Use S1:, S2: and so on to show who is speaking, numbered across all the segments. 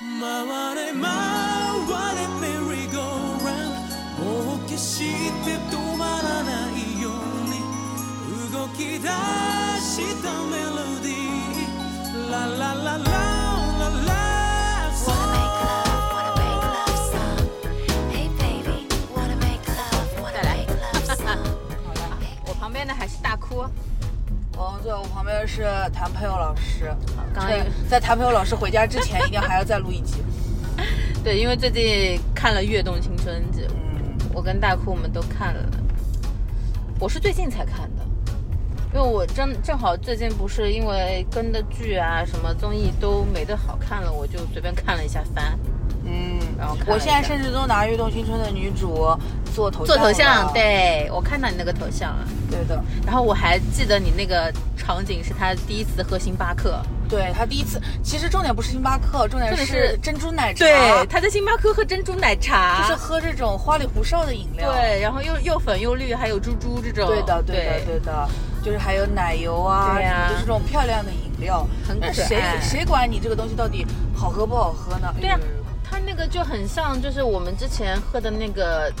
S1: 回れ回れメリーゴーランドもう決して止まらないように動き出したメロディーラララララララ
S2: Wanna make love, wanna make love song. Hey baby, wanna make love, wanna make love song.
S3: 我旁边的还是大哭，啊
S4: 哦，对，我旁边是谭佩友老师。
S3: 刚
S4: 在
S3: 刚
S4: 在谭佩友老师回家之前，一定还要再录 一集。
S3: 对，因为最近看了《跃动青春》，
S4: 嗯，
S3: 我跟大哭我们都看了，我是最近才看的，因为我正正好最近不是因为跟的剧啊什么综艺都没得好看了，我就随便看了一下番，
S4: 嗯
S3: 然后看了一下
S4: 我现在甚至都拿《运动青春》的女主做头啊
S3: 做头像
S4: 了，
S3: 对我看到你那个头像了，
S4: 对的，
S3: 然后我还记得你那个场景是他第一次喝星巴克，
S4: 对她第一次，其实重点不是星巴克，重点
S3: 重点
S4: 是
S3: 是
S4: 珍珠奶茶，
S3: 对，他在星巴克喝珍珠奶茶，
S4: 就是喝这种花里胡哨的饮料，
S3: 对，然后又又粉又绿，还有猪猪这种，
S4: 对的，对
S3: 对
S4: 的，对的，就是还有奶油啊，
S3: 对呀
S4: 就是这种漂亮的饮料，
S3: 很
S4: 那
S3: 可
S4: 谁
S3: 爱
S4: 谁管你这个东西到底好喝不好喝呢？哎
S3: 对啊它那个就很像，就是我们之前喝的那个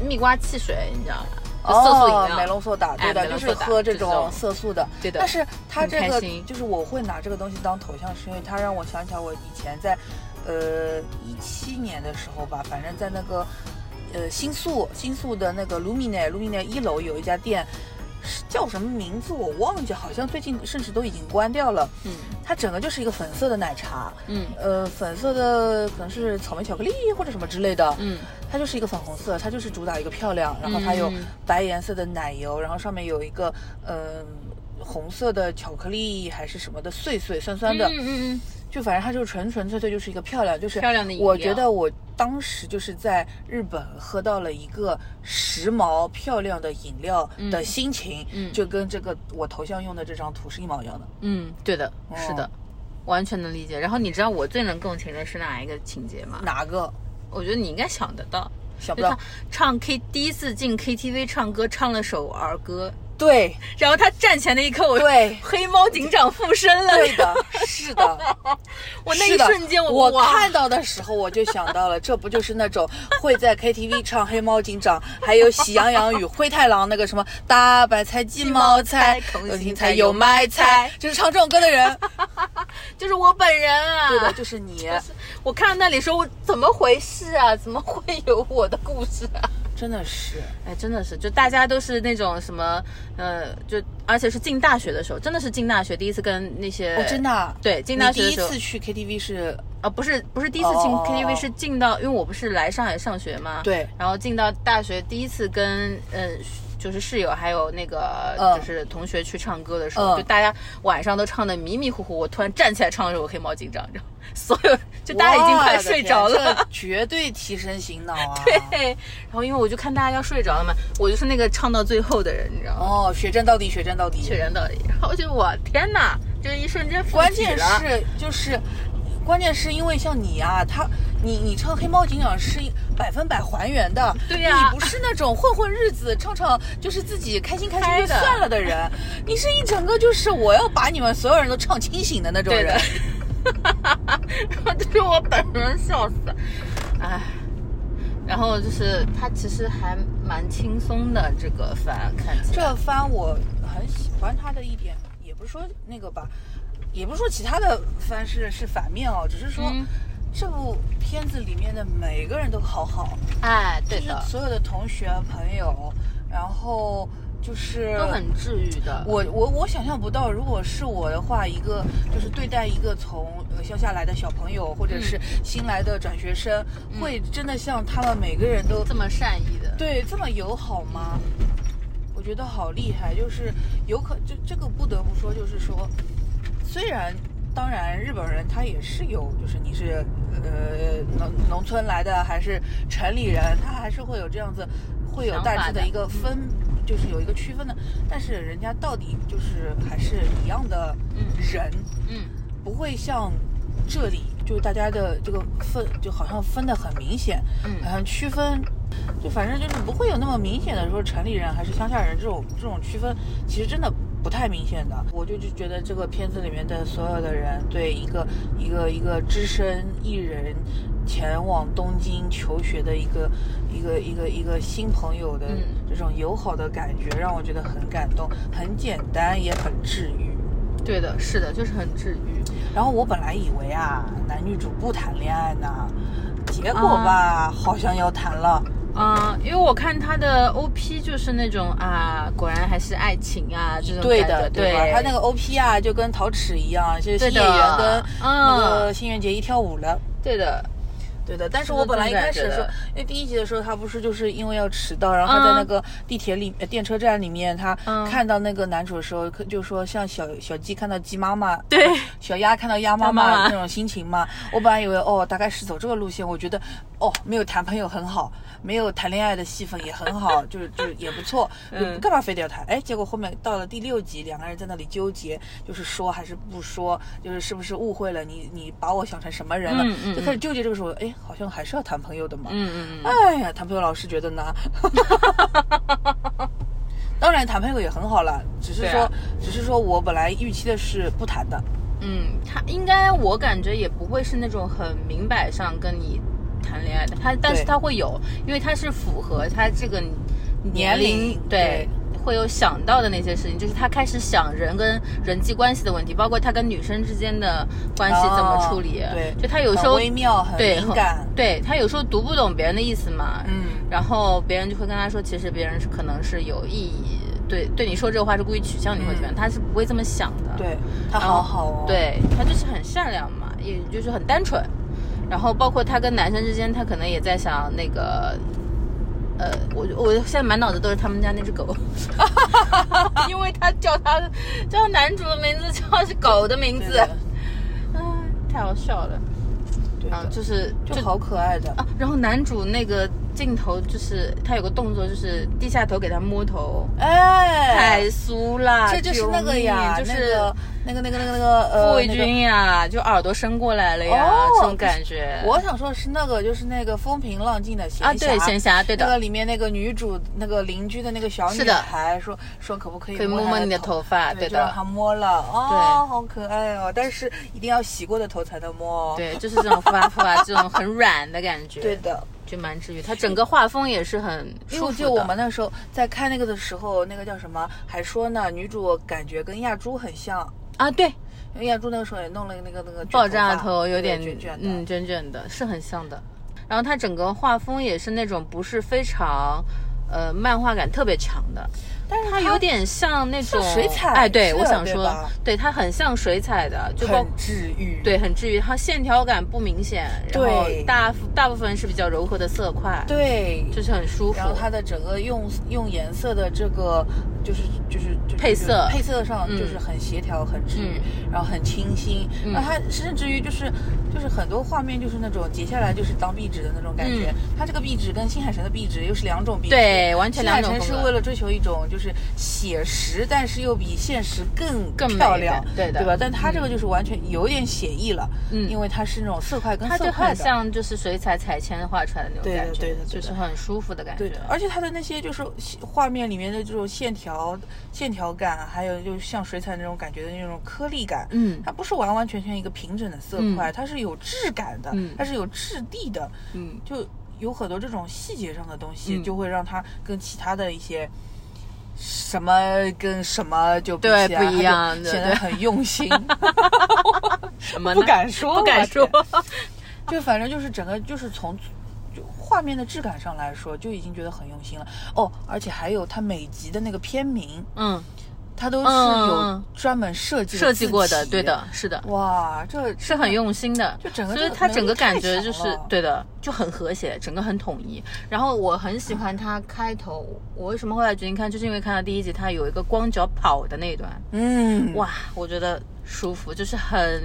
S3: 蜜瓜汽水，你知道吗？就色素饮
S4: 哦，
S3: 料，
S4: 美浓苏打，对
S3: 哎
S4: 的，
S3: 美
S4: 就
S3: 浓
S4: 是
S3: 苏打
S4: 喝这
S3: 就是这
S4: 种
S3: 种
S4: 色素的。
S3: 对的
S4: 但是它
S3: 很
S4: 这
S3: 开
S4: 个
S3: 心
S4: 就是我会拿这个东西当头像，是因为它让我想起来我以前在，呃，一七年的时候吧，反正在那个，呃，新宿新宿的那个 Lumine Lumine 一楼有一家店，是叫什么名字我忘记，好像最近甚至都已经关掉了。
S3: 嗯
S4: 它整个就是一个粉色的奶茶，
S3: 嗯
S4: 呃，粉色的可能是草莓巧克力或者什么之类的，
S3: 嗯，
S4: 它就是一个粉红色，它就是主打一个漂亮，然后它有
S3: 嗯
S4: 白颜色的奶油，然后上面有一个嗯、红色的巧克力还是什么的碎碎酸酸的，
S3: 嗯嗯嗯，
S4: 就反正它就纯纯粹粹就是一个漂亮，就是
S3: 漂亮的饮料
S4: 我觉得我当时就是在日本喝到了一个时髦漂亮的饮料的心情，
S3: 嗯嗯
S4: 就跟这个我头像用的这张图是一毛一样的。
S3: 嗯，对的，
S4: 哦
S3: 是的。完全能理解。然后你知道我最能共情的是哪一个情节吗？
S4: 哪个
S3: 我觉得你应该想得到，
S4: 想不
S3: 就
S4: 到
S3: 他？唱 K 第一次进 KTV 唱歌，唱了首儿歌，
S4: 对，
S3: 然后他站前的一刻，我
S4: 对
S3: 黑猫警长附身了，
S4: 对的，是的。
S3: 我那
S4: 是
S3: 一
S4: 的
S3: 瞬间
S4: 我
S3: 哇
S4: 看到的时候，我就想到了，这不就是那种会在 KTV 唱《黑猫警长》，还有《喜羊羊与灰太狼》那个什么“大白菜、金毛菜
S3: 金毛菜、
S4: 有芹菜有麦菜”，就是唱这种歌的人。
S3: 就是我本人啊，
S4: 对的，就是你，
S3: 我看到那里说，我怎么回事啊？ 怎么会有我的故事啊？
S4: 真的是
S3: 哎，真的是，就大家都是那种什么，呃，就而且是进大学的时候，真的是进大学第一次跟那些，
S4: 我真的啊。
S3: 对进大
S4: 你
S3: 学
S4: 第
S3: 的
S4: 一
S3: 时候
S4: 次去 KTV 是
S3: 啊，不是不是第一次进
S4: 哦
S3: KTV，、是进到，因为我不是来上海上学嘛，，
S4: 对
S3: 然后进到大学第一次跟嗯。就是室友还有那个
S4: 嗯
S3: 就是同学去唱歌的时候，
S4: 嗯
S3: 就大家晚上都唱的迷迷糊糊，我突然站起来唱了首《黑猫警长》，然后所有就大家已经快睡着
S4: 我的天
S3: 了，
S4: 这绝对提神醒脑啊！
S3: 对，然后因为我就看大家要睡着了嘛，我就是那个唱到最后的人，你知道吗？
S4: 哦，血战到底，血战到底。
S3: 血人到底，然后就我天哪，就一瞬间
S4: 关键
S3: 附体了
S4: 是就是，关键是因为像你啊，他你你唱《黑猫警长》是百分百还原的，
S3: 对呀
S4: 你不是那种混混日子唱唱就是自己开心开心就
S3: 嗨的
S4: 算了的人，你是一整个就是我要把你们所有人都唱清醒的那种
S3: 对的
S4: 人。，
S3: 然后 就是我本人笑死，哎，然后就是他其实还蛮轻松的这个番看起来，
S4: 这番我很喜欢他的一点，也不是说那个吧，也不是说其他的番是是反面哦，只是说。
S3: 嗯
S4: 这部片子里面的每个人都好好，
S3: 哎，
S4: 就
S3: 对
S4: 是
S3: 的，
S4: 所有的同学朋友，然后就是
S3: 都很治愈的，
S4: 我我我想象不到，如果是我的话，一个就是对待一个从呃乡下来的小朋友，或
S3: 嗯
S4: 者是新来的转学生，会真的像他们每个人都
S3: 这么善意的，
S4: 对这么友好吗？我觉得好厉害，就是有可这这个不得不说，就是说，虽然当然日本人他也是有，就是你是呃农农村来的还是城里人，他还是会有这样子，会有
S3: 想
S4: 大
S3: 法
S4: 致的
S3: 的
S4: 一个分，就是有一个区分的。但是人家到底就是还是一样的人，
S3: 嗯，
S4: 不会像这里就是大家的这个分就好像分的很明显，
S3: 嗯
S4: 好像区分，就反正就是不会有那么明显的说城里人还是乡下人这种这种区分，其实真的不太明显的。我就就觉得这个片子里面的所有的人对一个一个一个只身一人前往东京求学的一个一个一个一个新朋友的
S3: 嗯
S4: 这种友好的感觉，让我觉得很感动，很简单也很治愈。
S3: 对的，是的，就是很治愈。
S4: 然后我本来以为啊，男女主不谈恋爱呢，结果
S3: 啊
S4: 吧，好像要谈了。
S3: 啊、因为我看他的 OP 就是那种啊，果然还是爱情啊这种
S4: 对
S3: 感
S4: 的
S3: 觉，对
S4: 吧？他那个 OP 啊，就跟陶齿一样，就是
S3: 对
S4: 谢
S3: 的
S4: 元跟那个
S3: 嗯
S4: 新垣结衣跳舞了。
S3: 对的，
S4: 对的，但是
S3: 是
S4: 我
S3: 的
S4: 本来一
S3: 这种
S4: 开
S3: 感
S4: 始
S3: 觉
S4: 说
S3: 的，
S4: 因为第一集的时候，他不是就是因为要迟到，然后他在那个地铁里、呃电车站里面，他
S3: 嗯
S4: 看到那个男主的时候，可就说像小小鸡看到鸡妈妈，对，小鸭看到鸭妈
S3: 鸭妈
S4: 妈
S3: 妈
S4: 那种心情嘛。我本来以为哦，大概是走这个路线，我觉得哦，没有谈朋友很好，没有谈恋爱的戏份也很好，就是就是也 不错，就
S3: 嗯
S4: 干嘛非得要谈？哎，结果后面到了第六集，两个人在那里纠结，就是说还是不说，就是是不是误会了你，你把我想成什么人了？
S3: 嗯嗯
S4: 就开始纠结这个时候，哎，好像还是要谈朋友的嘛。
S3: 嗯嗯嗯，
S4: 哎呀，谈朋友老师觉 得呢？当然，谈朋友也很好了，只是
S3: 对啊
S4: 说，只是说我本来预期的是不谈的。
S3: 嗯，他应该我感觉也不会是那种很明摆上跟你谈恋爱的，他但是
S4: 对
S3: 他会有，因为他是符合他这个
S4: 年
S3: 龄，
S4: 龄
S3: 对。会有想到的那些事情，就是他开始想人跟人际关系的问题，包括他跟女生之间的关系怎么
S4: 哦
S3: 处理。
S4: 对
S3: 就他有时
S4: 很
S3: 候
S4: 微妙，很
S3: 对
S4: 敏
S3: 很
S4: 感。
S3: 对他有时候读不懂别人的意思嘛，
S4: 嗯，
S3: 然后别人就会跟他说，其实别人是可能是有意义，对对你说这个话是故意取笑你或者怎么样，他是不会这么想的。
S4: 嗯对，他
S3: 然后
S4: 好好哦。，
S3: 嗯对他就是很善良嘛，也就是很单纯。然后包括他跟男生之间，他可能也在想那个，呃，我我现在满脑子都是他们家那只狗， 因为他叫他叫男主的名字叫是狗的名
S4: 对
S3: 字，
S4: 的，
S3: 哎，太好笑了。
S4: 对
S3: 然后
S4: 的，
S3: 嗯就是
S4: 就好可爱的。
S3: 啊，然后男主那个镜头就是他有个动作，就是低下头给他摸头，
S4: 哎，
S3: 太酥啦！
S4: 这就是那个呀，
S3: 救命就是
S4: 那个那个那个那个那个呃，
S3: 傅卫
S4: 那个
S3: 军呀，就耳朵伸过来了呀，
S4: 哦
S3: 这种感觉。
S4: 我想说的是那个，就是那个风平浪静的闲
S3: 啊，对，闲暇，对
S4: 那个
S3: 的，
S4: 里面那个女主，那个邻居的那个小
S3: 是
S4: 女
S3: 的
S4: 孩说说可不可以
S3: 可以摸
S4: 她
S3: 摸你的头发，
S4: 对
S3: 对
S4: 就让
S3: 的，
S4: 她摸了，哦，
S3: 对
S4: 好可爱哦！但是一定要洗过的头才能摸哦。
S3: 对，就是这种发肤啊，这种很软的感觉，
S4: 对，的，
S3: 就蛮治愈。它整个画风也是很
S4: 因为
S3: 舒
S4: 我
S3: 服
S4: 记
S3: 的。
S4: 得我们那时候在看那个的时候，那个叫什么，还说呢，女主感觉跟亚珠很像，
S3: 啊，对，
S4: 因为亚珠那个时候也弄了那个那个卷
S3: 爆炸
S4: 发
S3: 头有点
S4: 对卷卷的，
S3: 嗯，卷卷的，是很像的。然后它整个画风也是那种不是非常，呃，漫画感特别强的，
S4: 但是
S3: 它有点像那种
S4: 像水彩
S3: 哎，对，
S4: 是
S3: 我想
S4: 对
S3: 说
S4: 吧，
S3: 对它很像水彩的，就包
S4: 很治愈，
S3: 对很治愈，它线条感不明显，然后
S4: 对
S3: 大大部分是比较柔和的色块，，
S4: 对，
S3: 就是很舒服
S4: 然。后它的整个用用颜色的这个就是就是就是
S3: 配色
S4: 配色上
S3: 嗯
S4: 就是很协调、很治愈，然后很清新。
S3: 嗯
S4: 那它甚至于就是就是很多画面就是那种截下来就是当壁纸的那种感觉。
S3: 嗯
S4: 它这个壁纸跟新海诚的壁纸又是两种壁纸，
S3: 对完全两种
S4: 新海诚
S3: 风
S4: 是
S3: 格
S4: 为了追求一种就是写实，但是又比现实更
S3: 更美
S4: 漂亮，
S3: 的对的
S4: 吧？但它这个就是完全有点写意了，
S3: 嗯
S4: 因为它是那种色块跟
S3: 它
S4: 色
S3: 就
S4: 块
S3: 很
S4: 的。
S3: 像就是水彩彩铅画出来的那种
S4: 对的
S3: 感觉，
S4: 对的对的
S3: 就是很舒服的感觉。啊
S4: 对的，而且它的那些就是画面里面的这种线条、线条感，还有就是像水彩那种感觉的那种颗粒感，
S3: 嗯
S4: 它不是完完全全一个平整的色块，它是有质感的，
S3: 嗯
S4: 它是有质地的，
S3: 嗯，
S4: 就有很多这种细节上的东西，
S3: 嗯
S4: 就会让它跟其他的一些。什么跟什么就比
S3: 对
S4: 起来
S3: 不一样
S4: 它就
S3: 对
S4: 显得
S3: 对
S4: 很用 心，
S3: 什么呢
S4: 不敢说，
S3: 不敢说。
S4: 就反正就是整个就是从就画面的质感上来说，就已经觉得很用心了哦。而且还有它每集的那个片名，
S3: 嗯，
S4: 它都是
S3: 嗯
S4: 有
S3: 嗯
S4: 专门设计
S3: 设计过的，
S4: 字体
S3: 对的，。是的，
S4: 哇，这
S3: 是很用心的，
S4: 就整个
S3: 所以
S4: 这个
S3: 它
S4: 能
S3: 整
S4: 力
S3: 个感
S4: 太
S3: 觉
S4: 强
S3: 就是
S4: 了
S3: 对的，就很和谐，整个很统一。然后我很喜欢它开头，我为什么后来决定看，就是因为看到第一集它有一个光脚跑的那一段，
S4: 嗯哇，
S3: 哇，我觉得舒服，就是很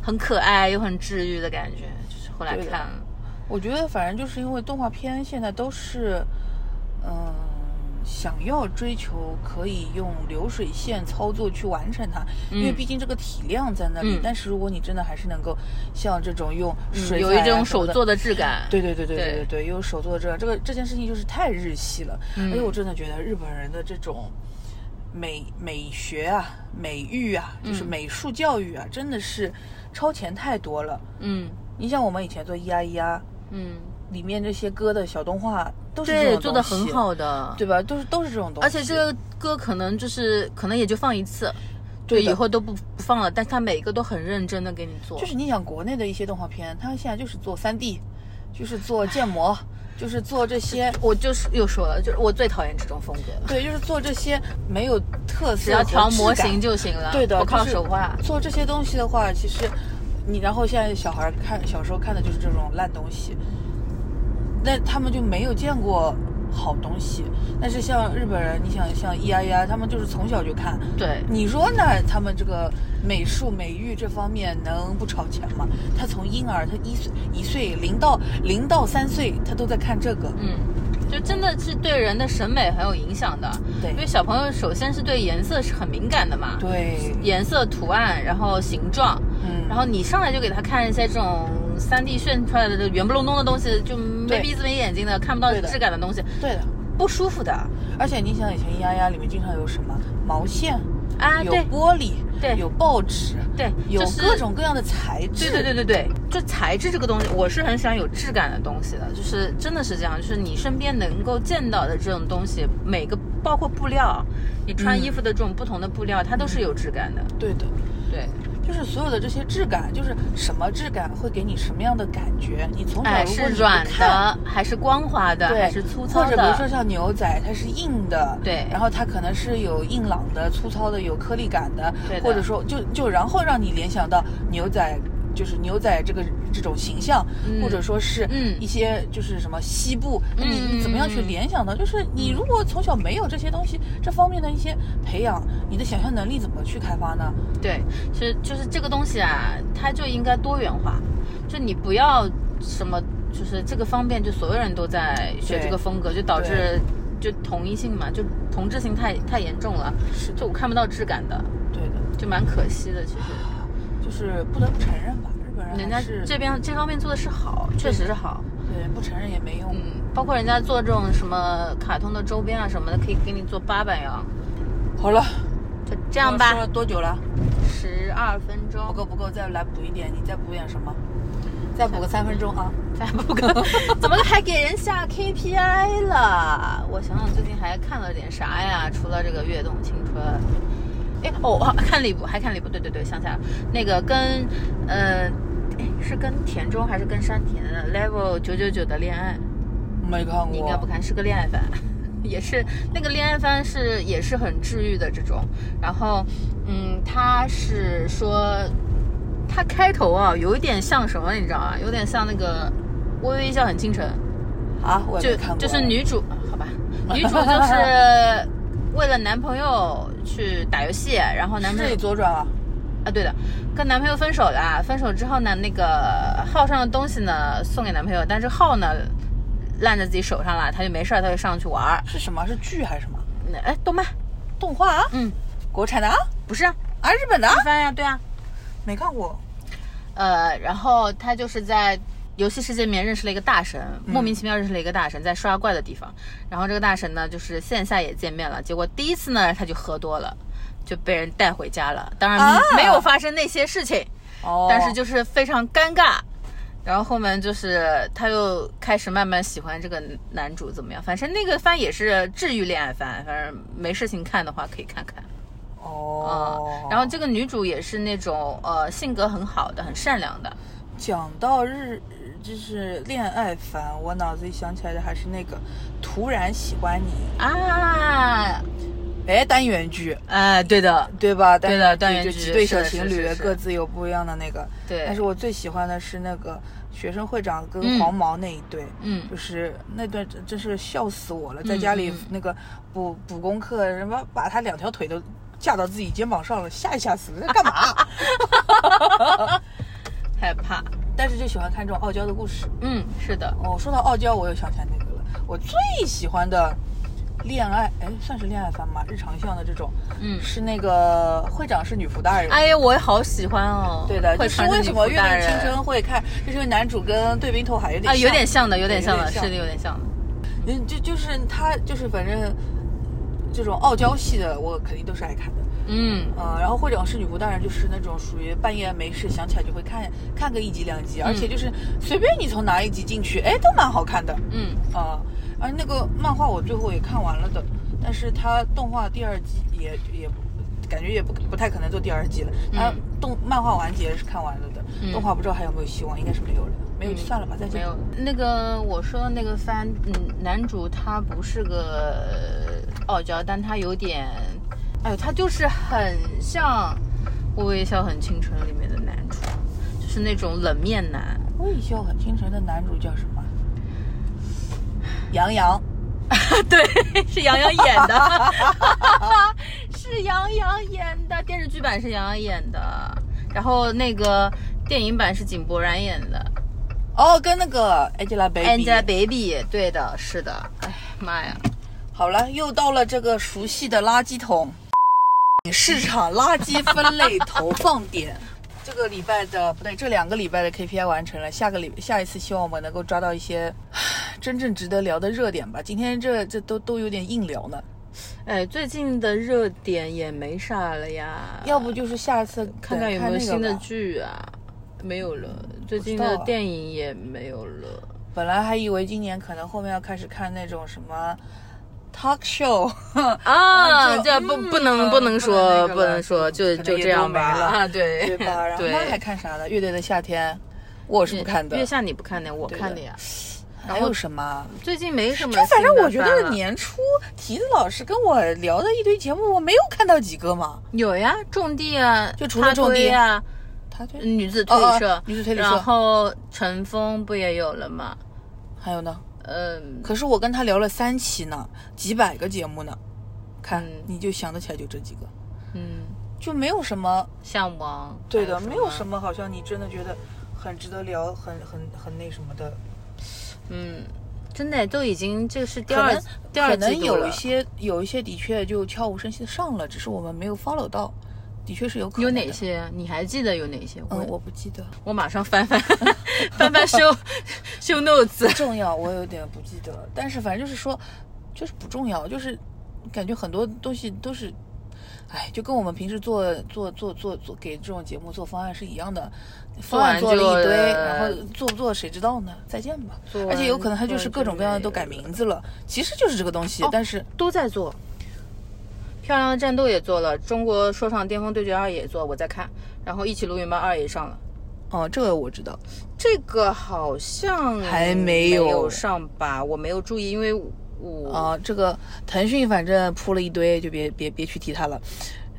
S3: 很可爱又很治愈的感觉，就是后来
S4: 对的
S3: 看了，
S4: 我觉得反正就是因为动画片现在都是，嗯、想要追求可以用流水线操作去完成它，因为
S3: 嗯
S4: 毕竟这个体量在那里。
S3: 嗯
S4: 但是如果你真的还是能够像这种用水、啊
S3: 有一种手做的质感，
S4: 对对对对对
S3: 对
S4: 对对，有手做的这这个这件事情就是太日系了，哎
S3: 嗯
S4: 而且我真的觉得日本人的这种。美美学啊、美育啊，就是
S3: 嗯
S4: 美术教育啊，真的是超前太多了。
S3: 嗯
S4: 你像我们以前做咿呀咿呀，
S3: 嗯，
S4: 啊里面这些歌的小动画都是这
S3: 对，
S4: 种
S3: 做的
S4: 东西
S3: 很，好的，
S4: 对吧？都是都是这种东西。
S3: 而且这个歌可能就是可能也就放一次，
S4: 对的
S3: 以后都不不放了，但是他每个都很认真的给你做，
S4: 就是你想国内的一些动画片，它现在就是做三 D，就是做建模，就是做这些，
S3: 我就是又说了，就是我最讨厌这种风格了，
S4: 对，就是做这些没有特色，
S3: 只要调模型。就行了，
S4: 对的，
S3: 不靠
S4: 就是
S3: 手画，
S4: 做这些东西的话，其实你然后现在小孩儿看小时候看的就是这种烂东西，那他们就没有见过好东西。但是像日本人，你想像 E 咿呀咿啊呀，他们就是从小就看。
S3: 对，
S4: 你说呢？他们这个美术美育这方面能不超前吗？他从婴儿，他一岁一岁零到零到三岁，他都在看这个。
S3: 嗯，就真的是对人的审美很有影响的，
S4: 对
S3: 因为小朋友首先是对颜色是很敏感的嘛，
S4: 对，
S3: 颜色、图案，然后形状，
S4: 嗯，
S3: 然后你上来就给他看一些这种三 D 炫出来的这圆不隆咚的东西，就没
S4: 对
S3: 鼻子没眼睛的，看不到
S4: 对的
S3: 质感的东西，
S4: 对的，
S3: 不舒服的
S4: 而且你想以前咿呀呀里面经常有什么毛线，
S3: 啊，
S4: 有
S3: 对
S4: 玻璃，
S3: 对
S4: 有报纸，
S3: 对，
S4: 有
S3: 就是
S4: 各种各样的材质，
S3: 对对对对对，就材质这个东西，我是很喜欢有质感的东西的，就是真的是这样，就是你身边能够见到的这种东西，每个包括布料，你穿
S4: 嗯
S3: 衣服的这种不同的布料，它都是有质感的。
S4: 对的，
S3: 对，
S4: 就是所有的这些质感，就是什么质感会给你什么样的感觉？你从小
S3: 哎，
S4: 如
S3: 是
S4: 果你不
S3: 软
S4: 看
S3: 的还是光滑的，
S4: 对，
S3: 还是粗糙
S4: 或者比如说
S3: 的？
S4: 像牛仔，它是硬的，
S3: 对
S4: 然后它可能是有硬朗的、粗糙的、有颗粒感的，
S3: 对的
S4: 或者说就就然后让你联想到牛仔。就是牛仔这个这种形象，
S3: 嗯
S4: 或者说是
S3: 嗯
S4: 一些就是什么西部，那你
S3: 嗯
S4: 你怎么样去联想到？就是你如果从小没有这些东西这方面的一些培养，你的想象能力怎么去开发呢？
S3: 对，其实就是这个东西啊，它就应该多元化，就你不要什么，就是这个方面就所有人都在学
S4: 对
S3: 这个风格，就导致就同一性嘛，就同质性太太严重了。
S4: 是
S3: 就我看不到质感的，
S4: 对的，
S3: 就蛮可惜的。其实
S4: 就是不得不承认吧，日本人
S3: 人家
S4: 还是
S3: 这边这方面做的是好，确实是好。
S4: 对不承认也没用。
S3: 嗯，包括人家做这种什么卡通的周边啊什么的，可以给你做八百样。
S4: 好了，
S3: 就这样吧
S4: 说了，多久了？
S3: 十二分
S4: 不
S3: 钟，
S4: 够不够，再来补一点，你再补点什么？再补个三分钟啊！
S3: 再不够，怎么还给人下 KPI 了？我想想，最近还看了点啥呀？除了这个《跃动青春》，哎，哦，啊看了一部，还看了一部，对对对，想起来了，那个跟，呃，哎是跟田中还是跟山田的 Level 九九九的恋爱？
S4: 没看过，
S3: 你应该不看，是个恋爱番， 也是那个恋爱番是也是很治愈的这种。然后，嗯，它是说，它开头啊有一点像什么，你知道吗？有点像那个《微微一笑很倾城》。
S4: 啊，我也
S3: 就
S4: 没看过，
S3: 就是女主，啊好吧， 女主就是为了男朋友去打游戏，然后男
S4: 是
S3: 朋
S4: 这
S3: 友
S4: 里左转啊，
S3: 啊，对的，跟男朋友分手了。分手之后呢，那个号上的东西呢送给男朋友，但是号呢烂在自己手上了，她就没事儿，她就上去玩儿。
S4: 是什么？是剧还是什么？
S3: 那哎，动漫，
S4: 动画啊？
S3: 嗯，
S4: 国产的啊？
S3: 不是啊，
S4: 啊，日本的啊？
S3: 翻呀、对啊，
S4: 没看过，
S3: 呃，然后她就是在。游戏世界里面认识了一个大神，莫名其妙认识了一个大神，在刷怪的地方。然后这个大神呢，就是线下也见面了。结果第一次呢，他就喝多了，就被人带回家了。当然
S4: 啊
S3: 没有发生那些事情，
S4: 哦
S3: 但是就是非常尴尬。然后后面就是他又开始慢慢喜欢这个男主怎么样？反正那个番也是治愈恋爱番，反正没事情看的话可以看看啊、
S4: 哦，
S3: 然后这个女主也是那种呃性格很好的，很善良的。
S4: 讲到日就是恋爱番，我脑子里想起来的还是那个《突然喜欢你
S3: 啊，》，
S4: 哎，单元剧。
S3: 哎，对的，
S4: 对吧？
S3: 对的
S4: 单
S3: 单元
S4: 元剧就
S3: 剧
S4: 几对
S3: 是
S4: 小
S3: 的
S4: 情
S3: 是
S4: 侣
S3: 是是
S4: 各自有不一样的那个。
S3: 对
S4: 但是我最喜欢的是那个学生会长跟
S3: 嗯
S4: 黄毛那一对，
S3: 嗯
S4: 就是那段真真是笑死我了，在家里
S3: 嗯嗯
S4: 那个补补功课，什么把他两条腿都架到自己肩膀上了，吓一吓死了，干 嘛？
S3: 害怕。
S4: 但是就喜欢看这种傲娇的故事。
S3: 嗯，是的，
S4: 哦，说到傲娇，我又想起来那个了，我最喜欢的。恋爱，哎，算是恋爱番吧，日常向的这种，
S3: 嗯
S4: 是那个会长是女仆大人，
S3: 哎呀，我也好喜欢哦。
S4: 对的，
S3: 会
S4: 就是
S3: 穿着
S4: 为
S3: 女
S4: 什么《
S3: 仆
S4: 月
S3: 大
S4: 亮
S3: 人
S4: 青春》会看，就是因为男主跟对冰头还有点
S3: 啊，有点
S4: 像，
S3: 像的，有点
S4: 对有
S3: 像
S4: 点
S3: 的，是
S4: 像
S3: 的，有点像的。
S4: 嗯，就就是他就是反正这种傲娇系的，我肯定都是爱看的。
S3: 嗯，
S4: 嗯，然后或者是女仆大人就是那种属于半夜没事想起来就会看看个一集两集，而且就是随便你从哪一集进去，哎，都蛮好看的
S3: 嗯，
S4: 啊、而那个漫画我最后也看完了的，但是它动画第二季也也感觉也不不太可能做第二季了。它
S3: 嗯
S4: 动漫画完结是看完了的，
S3: 嗯
S4: 动画不知道还有没有希望，应该是没有了，没有就算了吧，再
S3: 没
S4: 见
S3: 有。那个我说的那个番，嗯，男主他不是个呃傲娇，但他有点，哎呦，他就是很像《微微一笑很倾城》里面的男主，就是那种冷面男。
S4: 微笑很倾城的男主叫什么？杨洋
S3: 对，是杨洋演 的，是杨洋演的，电视剧版是杨洋演的，然后那个电影版是井柏然演的。
S4: 哦，跟那个 Angelababy。
S3: Angelababy，对的，是的。哎妈呀，
S4: 好了，又到了这个熟悉的垃圾桶，市场垃圾分类投放点。 这个礼拜的不对，这两个礼拜的 KPI 完成了，下个礼下一次希望我们能够抓到一些唉真正值得聊的热点吧。今天这这都都有点硬聊呢，
S3: 哎，最近的热点也没啥了呀，
S4: 要不就是下一次
S3: 看看有没
S4: 那
S3: 有
S4: 个
S3: 新的
S4: 吧
S3: 剧啊？没有了，最近
S4: 不
S3: 的
S4: 知道啊
S3: 电影也没有了。
S4: 本来还以为今年可能后面要开始看那种什么 talk show，
S3: 啊，
S4: 就
S3: 这不
S4: 嗯
S3: 不能不能
S4: 那
S3: 说
S4: 个
S3: 不
S4: 了
S3: 能说，就
S4: 可能
S3: 就
S4: 也
S3: 这样
S4: 都
S3: 吧。
S4: 没了
S3: 啊，对
S4: 对 吧？然后
S3: 对
S4: 那还看啥呢？乐队的夏天，我是不看的。
S3: 月下你不看的，我
S4: 对
S3: 看
S4: 的
S3: 的呀。
S4: 还有什么？
S3: 最近没什么
S4: 就
S3: 新的番了，
S4: 反正我觉得年初提子老师跟我聊的一堆节目，我没有看到几个嘛。
S3: 有呀，种地啊，
S4: 就除了种地
S3: 啊，
S4: 他对，
S3: 女子推理社
S4: 哦哦，女子推理社
S3: 然后乘风不也有了吗？
S4: 还有呢？
S3: 嗯，
S4: 可是我跟他聊了三期呢，几百个节目呢，看、
S3: 嗯
S4: 你就想得起来就这几个，
S3: 嗯，
S4: 就没有什么
S3: 向往，
S4: 对的，没有什
S3: 么，
S4: 么好像你真的觉得很值得聊，很很很那什么的。
S3: 嗯，真的都已经这是第
S4: 可
S3: 二
S4: 能
S3: 第二
S4: 可
S3: 季
S4: 能
S3: 度
S4: 有
S3: 了
S4: 一些有一些的确就悄无声息的上了，只是我们没有 follow 到，的确是有可能
S3: 有
S4: 的
S3: 哪？些？你还记得有哪些？
S4: 嗯，
S3: 我
S4: 我不记得，
S3: 我马上翻 翻翻翻修 修 notes。
S4: 不重要，我有点不记得，但是反正就是说，就是不重要，就是感觉很多东西都是，哎，就跟我们平时做做做做做给这种节目做方案是一样的，方案
S3: 做
S4: 做
S3: 完
S4: 了一
S3: 就
S4: 堆，然后做不做谁知道呢？再见吧
S3: 做。完
S4: 而且有可能它
S3: 做
S4: 就
S3: 完
S4: 是
S3: 就
S4: 各种各样的
S3: 没
S4: 都改
S3: 了
S4: 名字了，其实就是这个东西，
S3: 哦
S4: 但是
S3: 都在做。漂亮的战斗也做了，中国说唱巅峰对决二也做，我在看，然后一起录云吧二也上了，
S4: 哦、这个我知道，
S3: 这个好像
S4: 还没
S3: 没
S4: 有
S3: 上吧，我没有注意，因为我、
S4: 啊、这个腾讯反正铺了一堆，就别别别去提它了。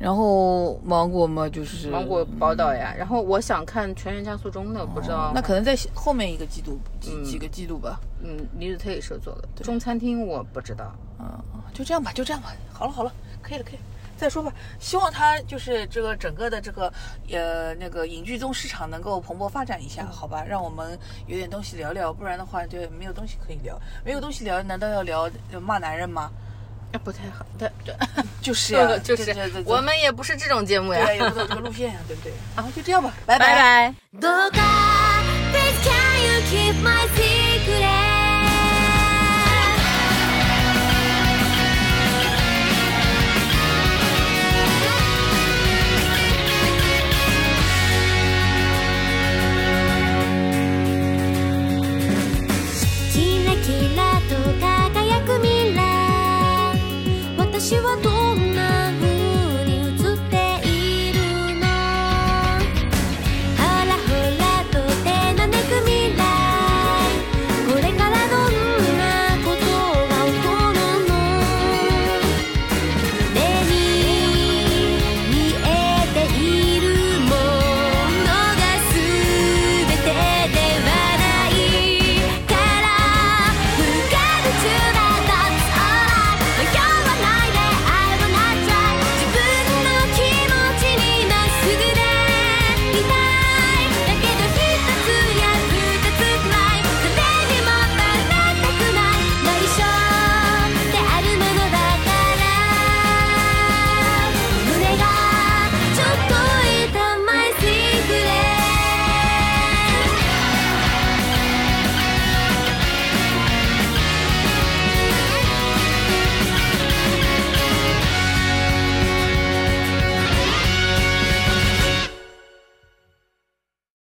S4: 然后芒果嘛，就是
S3: 芒果宝岛呀，然后我想看《全员加速中》的，不知道
S4: 哦那可能在后面一个季度几
S3: 嗯
S4: 几个季度吧。
S3: 嗯，李子特也是做的，中餐厅我不知道，
S4: 嗯，就这样吧，就这样吧。好了好了，可以了可以了，再说吧。希望它就是这个整个的这个呃那个影剧综市场能够蓬勃发展一下，好吧？让我们有点东西聊聊，不然的话就没有东西可以聊。没有东西聊，难道要聊呃骂男人吗？
S3: 那哎不太好，对对，
S4: 就是
S3: 这
S4: 呀
S3: 个， 就是
S4: 对对对对
S3: 我们也不是这种节目
S4: 对
S3: 呀
S4: 呀，，也不走这个路线呀，对不对？啊，就这样吧，
S3: 拜
S4: 拜
S3: 拜。
S2: どうか Please can you keep my secret